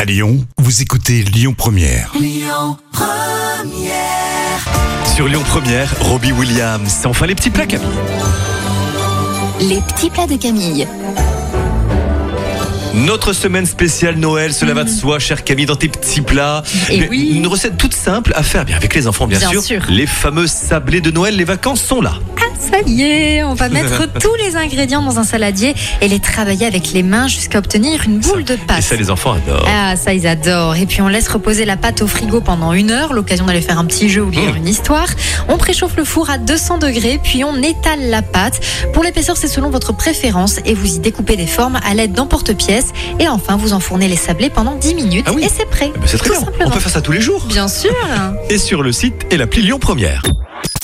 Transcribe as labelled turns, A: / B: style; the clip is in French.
A: À Lyon, vous écoutez Lyon Première.
B: Sur Lyon Première, Robbie Williams. C'est enfin les petits plats Camille.
C: Les petits plats de Camille.
B: Notre semaine spéciale Noël, cela va de soi, cher Camille, dans tes petits plats.
C: Et Mm.
B: Mais
C: Eh oui.
B: Une recette toute simple à faire, bien avec les enfants, bien,
C: Bien
B: sûr.
C: sûr.
B: Les fameux sablés de Noël, les vacances sont là.
C: Ça y est, on va mettre tous les ingrédients dans un saladier et les travailler avec les mains jusqu'à obtenir une boule de
B: Et
C: pâte.
B: ça, les enfants adorent.
C: Ah, ça, ils adorent. Et puis, on laisse reposer la pâte au frigo pendant une heure, l'occasion d'aller faire un petit jeu ou lire
B: Mmh.
C: une histoire. On préchauffe le four à 200 degrés, puis on étale la pâte. Pour l'épaisseur, c'est selon votre préférence et vous y découpez des formes à l'aide d'emporte-pièces. Et enfin, vous enfournez les sablés pendant 10 minutes
B: Ah oui.
C: et c'est prêt.
B: Eh ben, C'est très
C: Tout
B: bien. On
C: simplement.
B: peut faire ça tous les jours.
C: Bien sûr.
B: Et sur le site et l'appli Lyon Première.